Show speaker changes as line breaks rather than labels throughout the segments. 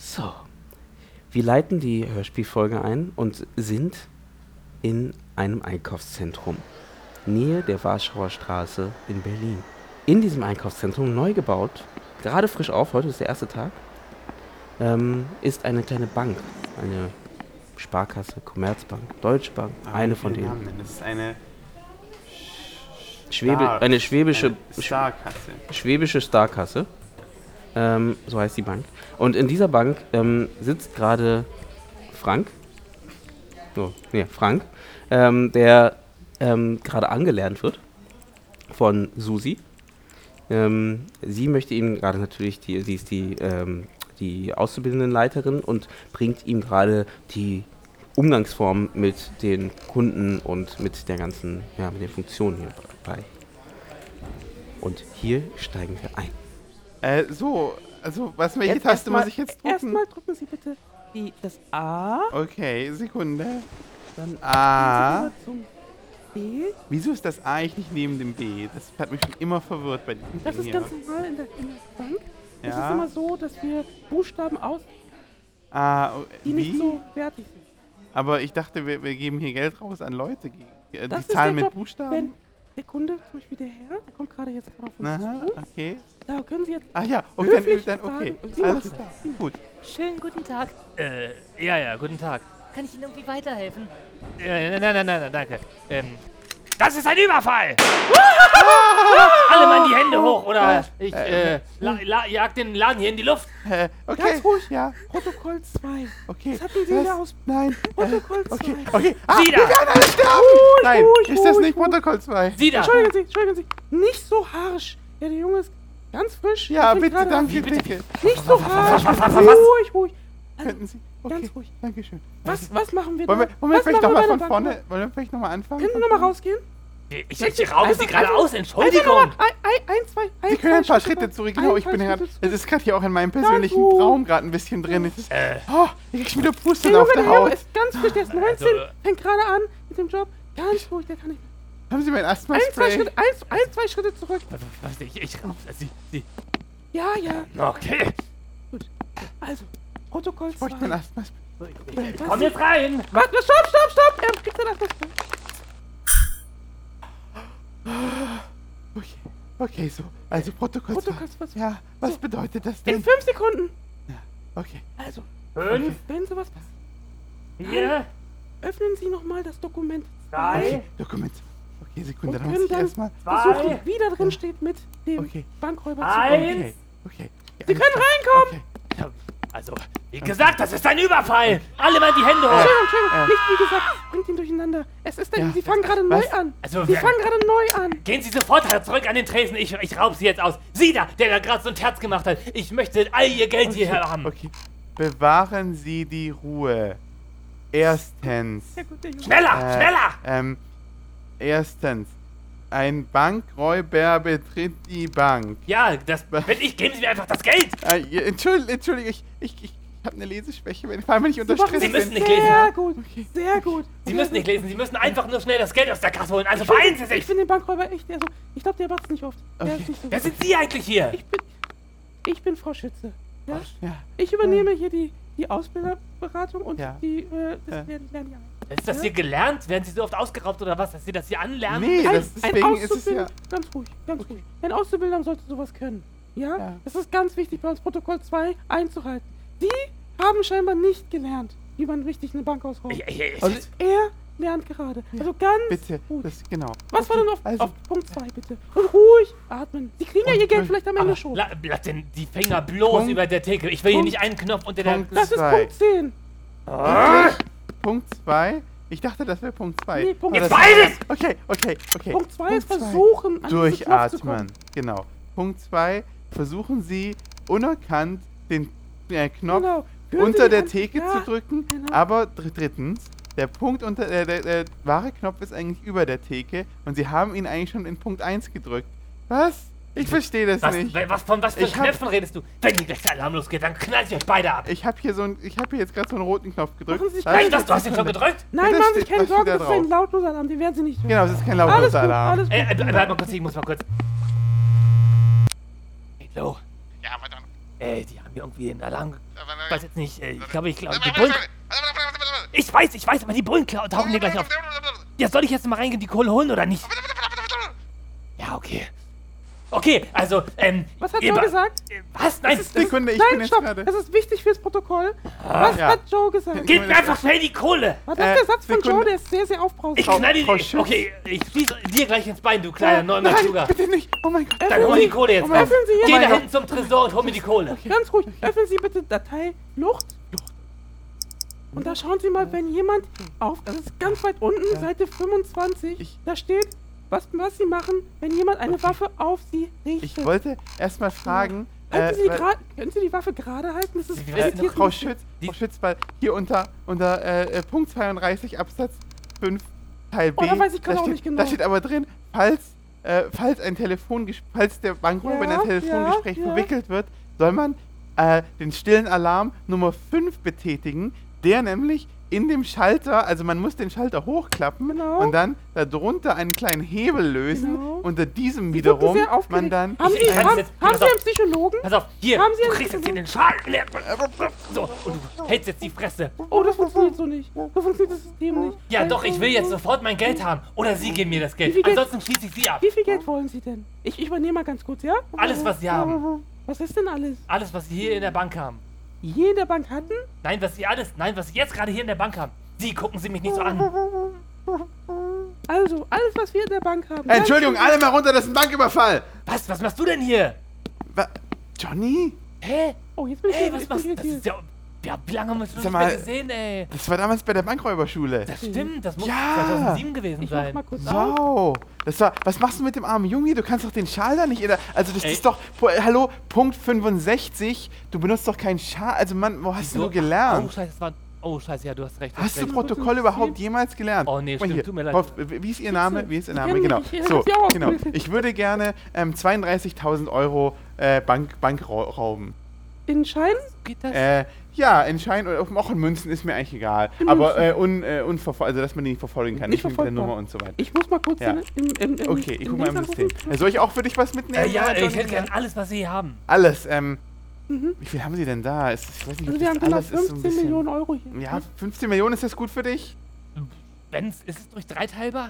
So. Wir leiten die Hörspielfolge ein und sind in einem Einkaufszentrum. Nähe der Warschauer Straße in Berlin. In diesem Einkaufszentrum, neu gebaut, gerade frisch auf, heute ist der erste Tag, ähm, ist eine kleine Bank. Eine Sparkasse, Commerzbank, Deutsche Bank,
Aber
eine
wie
von
viele
denen.
Ah, Namen denn? Das ist eine
Schwebe,
Star-
eine schwäbische
Ah, eine Starkasse.
Schwäbische Starkasse. Ähm, so heißt die Bank. Und in dieser Bank ähm, sitzt gerade Frank. Oh, nee, Frank. Ähm, der ähm, gerade angelernt wird von Susi. Ähm, sie möchte ihm gerade natürlich, die, sie ist die, ähm, die Auszubildendenleiterin und bringt ihm gerade die Umgangsform mit den Kunden und mit der ganzen, ja, mit den Funktionen hier bei. Und hier steigen wir ein.
Äh, so, also was, welche Taste muss ich jetzt drücken?
Erstmal drücken Sie bitte die, das A,
Okay, Sekunde.
dann
A.
gehen Sie rüber zum B.
Wieso ist das A eigentlich nicht neben dem B? Das hat mich schon immer verwirrt bei diesem
Das
Ding
ist
hier.
ganz normal in der, in der Bank. Es
Ja.
ist immer so, dass wir Buchstaben aus,
Ah, oh,
die nicht
wie?
so wertig sind.
Aber ich dachte, wir, wir geben hier Geld raus an Leute. ge- Äh,
Das
die
ist
zahlen mit
der Job, Wenn
Buchstaben?
der Kunde, zum Beispiel der Herr, der kommt gerade jetzt auf uns
Aha,
zu,
okay.
da können Sie jetzt
Ach ja, okay,
Höflich
dann, dann okay.
fragen. Sie
Alles
machen
klar. Gut.
Schönen guten Tag.
Äh, ja, ja, guten Tag.
Kann ich Ihnen irgendwie weiterhelfen?
Äh, nein, nein, nein, nein, danke. Ähm, das ist ein Überfall! Alle Mann die Hände hoch, oder ich äh, la, la, jag den Laden hier in die Luft.
Äh, okay.
Ganz ruhig.
Ja,
Protokoll 2.
okay.
Was hatten Sie in der Aus-
Nein. Äh,
Protokoll 2.
okay, okay. Ah,
Wieder.
Wir können alle sterben! Nein,
ruhig,
ist das
ruhig,
nicht
ruhig.
Protokoll 2?
Sieh da!
Entschuldigen Sie, entschuldigen Sie. Nicht so harsch. Ja, der Junge ist ganz frisch.
Ja,
fängt
bitte,
gerade an.
danke, bitte.
Nicht so harsch. ruhig, ruhig.
Könnten Sie. Okay,
Ganz ruhig.
Dankeschön.
Was, was machen wir
Wollen wir,
da?
wollen wir
Was
vielleicht
machen
nochmal
bei
von
der Bank?
vorne, wollen wir vielleicht nochmal anfangen?
Können Sie nochmal rausgehen?
Ich, ich, ich raube sie gerade aus,
Einfach
Entschuldigung!
nochmal. Ein, ein, ein, zwei, ein,
Wir können ein
zwei
paar Schritte zurück. Genau,
Ein,
ich
zwei
bin gerade.
Schritte zurück.
Es ist gerade hier auch in meinem persönlichen
gut.
Traum gerade ein bisschen drin. Es ist,
Äh,
oh, ich krieg schon wieder
Der
Pusteln auf
Junge, der
der
Junge
Haut.
ist ganz frisch. Der ist 19,
Also, äh,
fängt gerade an mit dem Job. Ganz ruhig, der kann nicht.
Haben Sie mein
Ein, zwei
Asthma-Spray?
Schritte, ein, ein, zwei Schritte zurück.
was, ich, ich raube sie. sie.
Ja, ja.
Okay.
Also, Protokoll
Ich bräuchte mein
2.
Asthma-Spray.
Komm jetzt rein!
Warte, stopp, stopp, stopp. Er kriegt danach das.
Hm. Okay. okay, so. Also Protokoll.
Protokoll
zwei.
2.
Ja, was bedeutet das
In
denn?
fünf Sekunden.
Okay.
Also,
Fünf,
wenn sowas passiert,
vier,
öffnen Sie nochmal das Dokument
drei,
Dokument. Okay, Sekunde,
Und
dann muss ich
können dann-
erstmal.
zwei,
versuchen, wie da drin steht mit dem
Okay.
Bankräuber
Ein-
zu
Okay. Okay. Ja,
Sie
alles
können
klar.
reinkommen.
Okay.
Also, wie gesagt, das ist ein Überfall! Alle Mann die Hände hoch!
Entschuldigung, Entschuldigung. Nicht wie gesagt, bringt ihn durcheinander. Es ist ein,
Ja.
Sie fangen gerade
Was?
neu an.
Also,
Sie
wer-
fangen gerade neu an.
Gehen Sie sofort halt zurück an den Tresen. Ich, ich raub Sie jetzt aus. Sie da, der da gerade so einen Terz gemacht hat. Ich möchte all Ihr Geld hierher haben.
Okay. Bewahren Sie die Ruhe. Erstens.
Ja, gut, der Junge.
Schneller,
Äh,
schneller!
Ähm, erstens. Ein Bankräuber betritt die Bank.
Ja, das bin ich. Geben Sie mir einfach das Geld.
Äh, ja, Entschuldigung, Entschuldigung, ich, ich, ich habe eine Leseschwäche, wenn, vor allem wenn ich unter
machen
Stress
Sie müssen
bin.
nicht
Sehr
lesen.
gut, sehr gut.
Sie müssen nicht lesen. Sie müssen einfach nur schnell das Geld aus der Kasse holen. Also
Ich
beeilen
finde-
Sie
Ich
sich.
finde den Bankräuber echt, also, ich glaube, der macht's nicht oft. Der
Okay.
ist nicht so
Wer sind Sie eigentlich hier?
Ich bin, ich bin Frau Schütze. Ja?
Ja,
Ich übernehme hier die, die Ausbilderberatung und
Ja.
die, äh, das
Ja.
werden, werden die ein.
Ist das hier gelernt? Werden Sie so oft ausgeraubt oder was, dass Sie das hier anlernen?
nee,
Ein,
das,
ein
deswegen ist es ja.
Auszubildender, ganz ruhig, ganz ruhig. Ein Auszubildender sollte sowas können. Ja?
Ja.
Das ist ganz wichtig bei uns Protokoll 2 einzuhalten. Die haben scheinbar nicht gelernt, wie man richtig eine Bank ausraubt.
Ich, ich, ich,
Also,
Er lernt gerade. Also ganz
Bitte,
ruhig.
das, genau.
Was war denn auf,
also-
auf Punkt 2 bitte? Und ruhig atmen. Sie kriegen ja
Und
ihr Geld
ruhig-
vielleicht am
aber
Ende schon.
la, lass denn die Finger bloß
Punkt.
über der Theke. Ich will hier
Punkt.
nicht einen Knopf unter der...
Punkt
Das ist
2.
Punkt 10.
Punkt 2. Ich dachte, das wäre Punkt 2.
Ah! Nee, Punkt
Jetzt
zwei.
beides!
Okay, okay, okay.
Punkt 2 ist
zwei.
versuchen, an diesen Knopf zu kommen.
Durchatmen. Genau. Punkt 2. Versuchen Sie unerkannt den äh, Knopf
Genau. Hören Sie
unter
die
der
Hand-
Theke
Ja,
zu drücken.
genau.
Aber dr drittens, der Punkt unter äh, der, der, der wahre Knopf ist eigentlich über der Theke und Sie haben ihn eigentlich schon in Punkt 1 gedrückt. Was? Ich verstehe das
Was,
nicht.
we- was, von was für
Ich hab-
Knöpfen redest du? Wenn hier gleich der Alarm losgeht, dann knall ich euch beide ab.
Ich habe hier so ein, ich habe hier jetzt gerade so einen roten Knopf gedrückt.
Machen Sie sich
Da
keine
ist
Nein, das,
jetzt
du hast ihn schon
drin.
gedrückt.
Nein,
Da
machen Sie
steht-
sich keine
was steht
Sorgen,
da
das ist ein
drauf?
lautloser Alarm, den werden Sie nicht hören.
Genau, es ist kein
alles
lautloser
gut,
Alarm.
alles gut.
Äh, äh, bleib mal kurz, ich muss mal kurz. Hallo.
Ja, aber dann.
Äh, die haben mir irgendwie den Alarm. Ich weiß
Warte,
jetzt nicht. Äh, ich glaube, ich glaube, die
warte, warte,
Bullen.
warte, warte, warte, warte,
Ich weiß, ich weiß, aber die Bullen klau- tauchen hier gleich auf.
warte.
Ja, soll ich jetzt mal reingehen, die Kohle holen oder nicht? Ja, okay. Okay, also, ähm.
Was hat
Eva-
Joe gesagt?
Äh, Was? Nein,
Sekunde, ich bin
Nein,
jetzt
stopp!
gerade.
Das ist wichtig fürs Protokoll.
Ah.
Was
Ja.
hat Joe gesagt?
gib mir einfach schnell die Kohle!
Was
Äh,
ist der Satz von
Sekunde.
Joe? Der ist sehr, sehr
Ich
aufbrausend.
Frau-
knall
Frau
dir.
Schütz.
Okay, ich schieße dir gleich ins Bein, du kleiner
Äh,
neuner Zuger.
Nein, bitte nicht. Oh mein Gott.
Dann hol die Kohle jetzt raus.
Öffnen Sie jetzt.
Geh
Oh mein
da
Gott.
hinten zum Tresor und hol mir die Kohle.
Ganz ruhig. Öffnen Sie bitte Datei Lucht. Und da schauen Sie mal, wenn jemand auf, das ist ganz weit unten, Seite 25,
Ich-
da steht, was, was Sie machen, wenn jemand eine Waffe auf Sie richtet.
Ich wollte erstmal fragen.
äh,
äh,
Halten Sie die
weil-
gra- können Sie die Waffe gerade halten? Das ist
Sie-
äh,
Ist
irritiert
Frau
mich.
Schütz,
Die-
Frau Schütz, weil hier unter, unter äh, äh, Punkt 32 Absatz 5 Teil B.
Oh, da weiß ich gerade auch
steht,
nicht genau.
Da steht aber drin, falls, äh, falls ein Telefongespräch, falls der Bankräuber in
Ja,
ein Telefongespräch
ja, ja.
verwickelt wird, soll man äh, den stillen Alarm Nummer 5 betätigen, der nämlich in dem Schalter, also man muss den Schalter hochklappen
Genau.
und dann darunter einen kleinen Hebel lösen.
Genau.
Unter diesem
Ich wirkte
wiederum
sehr
man
aufgeregt.
dann
haben
Ich-
Sie,
ich kann's
haben,
jetzt-
haben
pass
Sie
auf.
einen Psychologen?
Pass auf, hier,
Haben Sie
du
einen
kriegst jetzt
Tresor?
in den Schal. So, und du hältst jetzt die Fresse.
Oh, das funktioniert so nicht. So funktioniert das System nicht.
Ja
Äh,
doch, ich will jetzt sofort mein Geld haben. Oder sie geben mir das Geld.
Wie viel Geld?
Ansonsten schieße ich sie ab.
Wie viel Geld wollen Sie denn? Ich übernehme mal ganz kurz, ja?
Alles, was sie haben.
Was ist denn alles?
Alles, was sie hier in der Bank haben.
Jede Bank hatten?
Nein, was sie alles. Nein, was sie jetzt gerade hier in der Bank haben. Sie gucken sie mich nicht so an.
Also, alles, was wir in der Bank haben.
Äh, Entschuldigung, alle mal runter, das ist ein Banküberfall!
Was? Was machst du denn hier?
Wa Johnny?
Hä?
Oh, jetzt bin ich
Ey,
hier,
was
jetzt bin ich
machst du?
jetzt
Das
hier.
ist ja. Ja, wie lange haben wir uns
Sag
schon nicht
mal-
mehr gesehen, ey?
Das war damals bei der Bankräuberschule.
Das stimmt, das muss
Ja.
2007 gewesen
Hm. Ich mach mal
sein.
kurz auf.
Wow, das war. Was machst du mit dem armen Junge? Du kannst doch den Schal da nicht. In der, also das
Ey.
ist doch. po- äh, Hallo, Punkt 65. Du benutzt doch keinen Schal. Also Mann, wo hast denn
So-
du
Oh,
gelernt?
scheiße, das war. Oh, scheiße, ja, du hast recht.
Hast du
recht.
Protokoll überhaupt jemals gelernt?
Oh, nee,
Guck mal
stimmt,
hier.
tut mir leid.
Prof, Wie wie ist Ihr Name? Wie ist Ihr
Ich
Name?
kenn
Genau.
mich, ich hab's
So,
ja auch
genau.
aufgeschrieben.
Ich würde gerne ähm, 32.000 Euro äh, Bank, Bank rau- rauben.
In Schein?
Geht das?
Äh, ja, in Schein oder auch in Münzen ist mir eigentlich egal. Aber äh, un, äh, unverfol also dass man die nicht verfolgen kann.
Nicht
Nicht, mit der
verfolgbar.
Nummer und so weiter.
Ich muss mal kurz
Ja.
in, in, in, in
Okay, ich
in
guck mal
Dings
im System.
anrufen.
Äh, Soll ich auch für dich was mitnehmen?
Äh, ja,
Johnny?
ich hätte gern alles, was sie hier haben.
Alles, ähm. Wie viel haben Sie denn da? Ist, ich weiß nicht,
Mhm. Also
ob
wir haben
das
genau
alles ist. So ein
15
bisschen,
Millionen Euro hier.
Ja, 15 Millionen, ist das gut für dich?
Wenn's, ist es durch drei teilbar?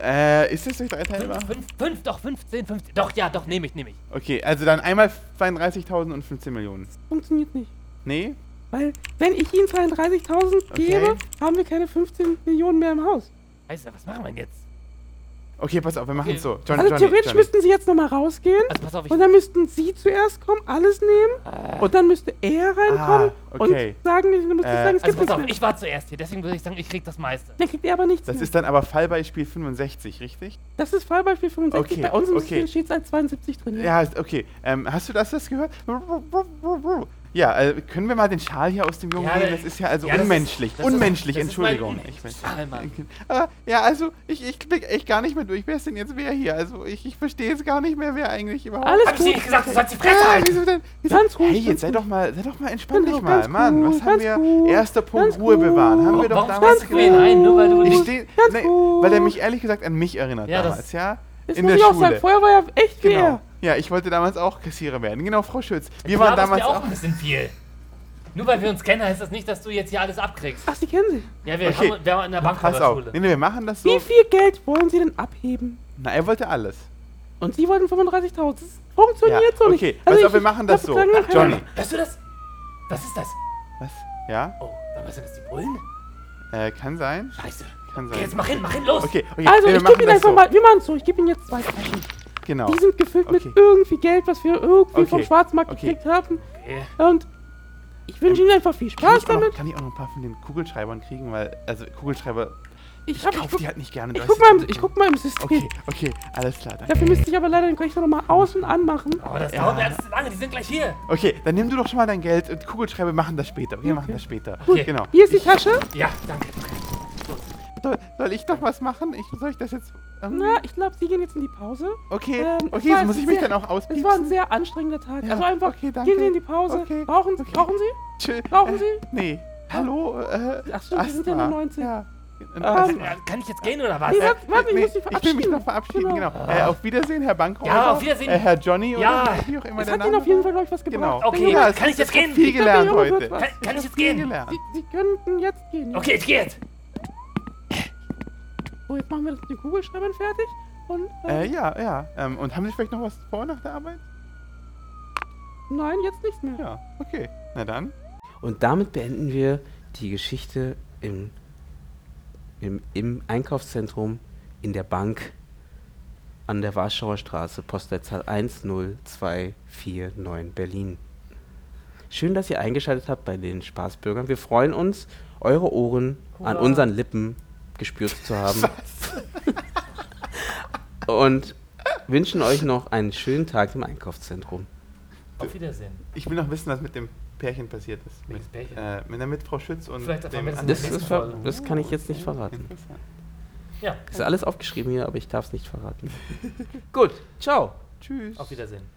Äh, ist das durch drei Teile?
Fünf, fünf, fünf, doch, 15, 15. Doch, ja, doch, nehme ich, nehme ich.
Okay, also dann einmal 32.000 und 15 Millionen.
Funktioniert nicht.
Nee?
Weil, wenn ich Ihnen 32.000 gebe,
Okay.
haben wir keine 15 Millionen mehr im Haus.
Scheiße, was machen wir denn jetzt?
Okay, pass auf, wir machen es so. John,
Also
Johnny,
theoretisch
Johnny.
müssten Sie jetzt nochmal rausgehen.
Also pass auf, ich. Äh.
Und dann müssten Sie zuerst kommen, alles nehmen. Und dann müsste er reinkommen
Ah, okay.
und sagen, ich muss
Äh,
sagen, es
Also
gibt
pass
nichts
auf,
mehr.
ich war zuerst hier, deswegen würde ich sagen, ich krieg das meiste.
Dann kriegt er aber nichts
Das
mehr.
ist dann aber Fallbeispiel 65, richtig?
das ist Fallbeispiel 65.
Okay,
Bei uns
okay.
steht es als 72 drin.
Ja, ist- okay. Ähm, hast du das, das gehört? Ja, äh, können wir mal den Schal hier aus dem Jungen
Ja,
nehmen?
äh,
Das ist ja also
ja, das ist-
unmenschlich.
das ist-
unmenschlich,
das ist mein
Entschuldigung.
Unmensch.
Ich mein-
Schal, Mann.
Ah, ja, also ich, ich blick echt gar nicht mehr durch. Wer ist denn jetzt wer hier? Also ich, ich verstehe jetzt gar nicht mehr, wer eigentlich überhaupt.
Alles
Hab ich
gut.
dir nicht gesagt, du sollst die Fresse
Ah,
halten?
wieso denn? Wieso?
Ganz ruhig,
Hey, jetzt
ganz
sei
ruhig.
doch mal, sei doch mal entspann
Genau,
dich mal,
ganz
Mann. Was
gut,
haben
ganz
wir?
gut,
Erster Punkt
ganz
Ruhe
gut.
bewahren. Haben wir
Warum-
doch
warum
damals
setzt du wen ein? Nur weil du.
Ich
Ganz
stehe,
gut.
nee, weil er mich ehrlich gesagt an mich erinnert
Ja, das-
damals, ja?
Das
In
muss
der
ich auch
Schule.
sagen. Vorher war er echt wie
Genau.
er.
Ja, ich wollte damals auch Kassierer werden. Genau, Frau Schütz. Wir
Du
waren
laberst mir
damals
auch ein bisschen viel. Nur weil wir uns kennen, heißt das nicht, dass du jetzt hier alles abkriegst.
Ach, Sie kennen sich.
Ja, wir,
Okay.
haben, wir waren in der
Pass auf.
Bankräuberschule.
Nee, nee, wir machen das
Wie
so.
viel Geld wollen Sie denn abheben?
Na, er wollte alles.
Und Sie wollten 35.000. Das funktioniert
Ja,
so nicht. Also
okay. Pass auf, wir machen das
hab
so.
lange keine-
Johnny.
Hörst du das? Was ist das?
Was? Ja?
Oh, was sind das, die Bullen?
Äh, kann sein.
Scheiße.
Kann
Okay, jetzt
sein.
mach hin, mach hin, los!
Okay, okay.
Also,
nee, wir
ich gebe
machen
Ihnen
das
einfach
so.
mal, wir machen es so, ich gebe Ihnen jetzt zwei Flaschen.
Genau.
Die sind gefüllt
Okay.
mit irgendwie Geld, was wir irgendwie vom
Okay.
Schwarzmarkt
Okay.
gekriegt haben.
Okay.
Und ich wünsche Ihnen einfach viel
Kann
Spaß
ich, auch noch,
damit.
kann ich auch noch ein paar von den Kugelschreibern kriegen, weil, also Kugelschreiber,
Ich,
ich
hab, ich,
kaufe
guck,
die halt nicht gerne. du weißt
ich, guck
es
mal im,
doch.
ich guck mal im System.
Okay, okay, alles klar, danke.
Dafür müsste ich aber leider den Rechner nochmal aus- und anmachen.
Aber das
Ja.
dauert mir alles zu lange, die sind gleich hier.
Okay, dann nimm du doch schon mal dein Geld und Kugelschreiber machen das später. Wir machen das später.
Gut.
Genau.
Hier ist die Tasche.
Ja, danke.
Soll, soll ich doch was machen? Ich, soll ich das jetzt. ähm,
Na, ich glaube, Sie gehen jetzt in die Pause.
okay,
ähm,
okay,
es war
so muss
ein
ich mich
sehr-
dann auch
Es war ein
auspiepsen.
sehr anstrengender Tag.
Ja,
Also einfach,
okay, danke.
gehen Sie in die Pause.
Okay.
Rauchen,
Okay.
rauchen Sie?
Tschö-
Rauchen
äh,
Sie?
Nee. Hallo? Äh,
Ach so, Sie sind ja
Asthma.
nur 19.
Ja. Ähm,
Ja, Äh, Kann ich jetzt gehen oder was?
Nee, warte, warte, ich
nee,
muss mich
ich will mich
verabschieden.
noch verabschieden, genau.
Genau.
Äh, auf Wiedersehen, Herr Bankroll.
Ja, auf Wiedersehen.
Äh, Herr Johnny
Ja.
oder wie auch immer
Es
der
hat
Name
ihnen auf jeden
war.
Fall noch was
Genau.
gebracht.
Okay,
Ja, es-
kann ich
es
jetzt
hat
gehen?
viel
Ich
glaub, der
gelernt
Junge wird
heute.
was.
Kann, kann ich jetzt gehen?
gelernt.
Sie, sie könnten jetzt gehen.
Okay, ich geh jetzt.
So, jetzt machen wir die Kugelschreibern fertig. Und, äh,
Äh, ja, ja. Ähm, und haben Sie vielleicht noch was vor nach der Arbeit?
nein, jetzt nichts mehr.
Ja, okay. Na dann.
Und damit beenden wir die Geschichte im, im, im Einkaufszentrum, in der Bank, an der Warschauer Straße, Postleitzahl 10249 Berlin. Schön, dass ihr eingeschaltet habt bei den Spaßbürgern. Wir freuen uns, eure Ohren an
Hurra.
unseren Lippen gespürt zu haben. Und wünschen euch noch einen schönen Tag im Einkaufszentrum.
Auf Wiedersehen.
Ich will noch wissen, was mit dem Pärchen passiert ist. Mit,
Welches Pärchen?
Äh, mit, der- mit Frau Schütz und
Vielleicht
dem
erfahren wir das in
Das,
der
anderen.
ist,
nächsten
ver-
Folge.
das kann ich jetzt nicht verraten.
Interessant.
Ja,
Ist alles aufgeschrieben hier, aber ich darf es nicht verraten. Gut, ciao.
Tschüss.
auf Wiedersehen.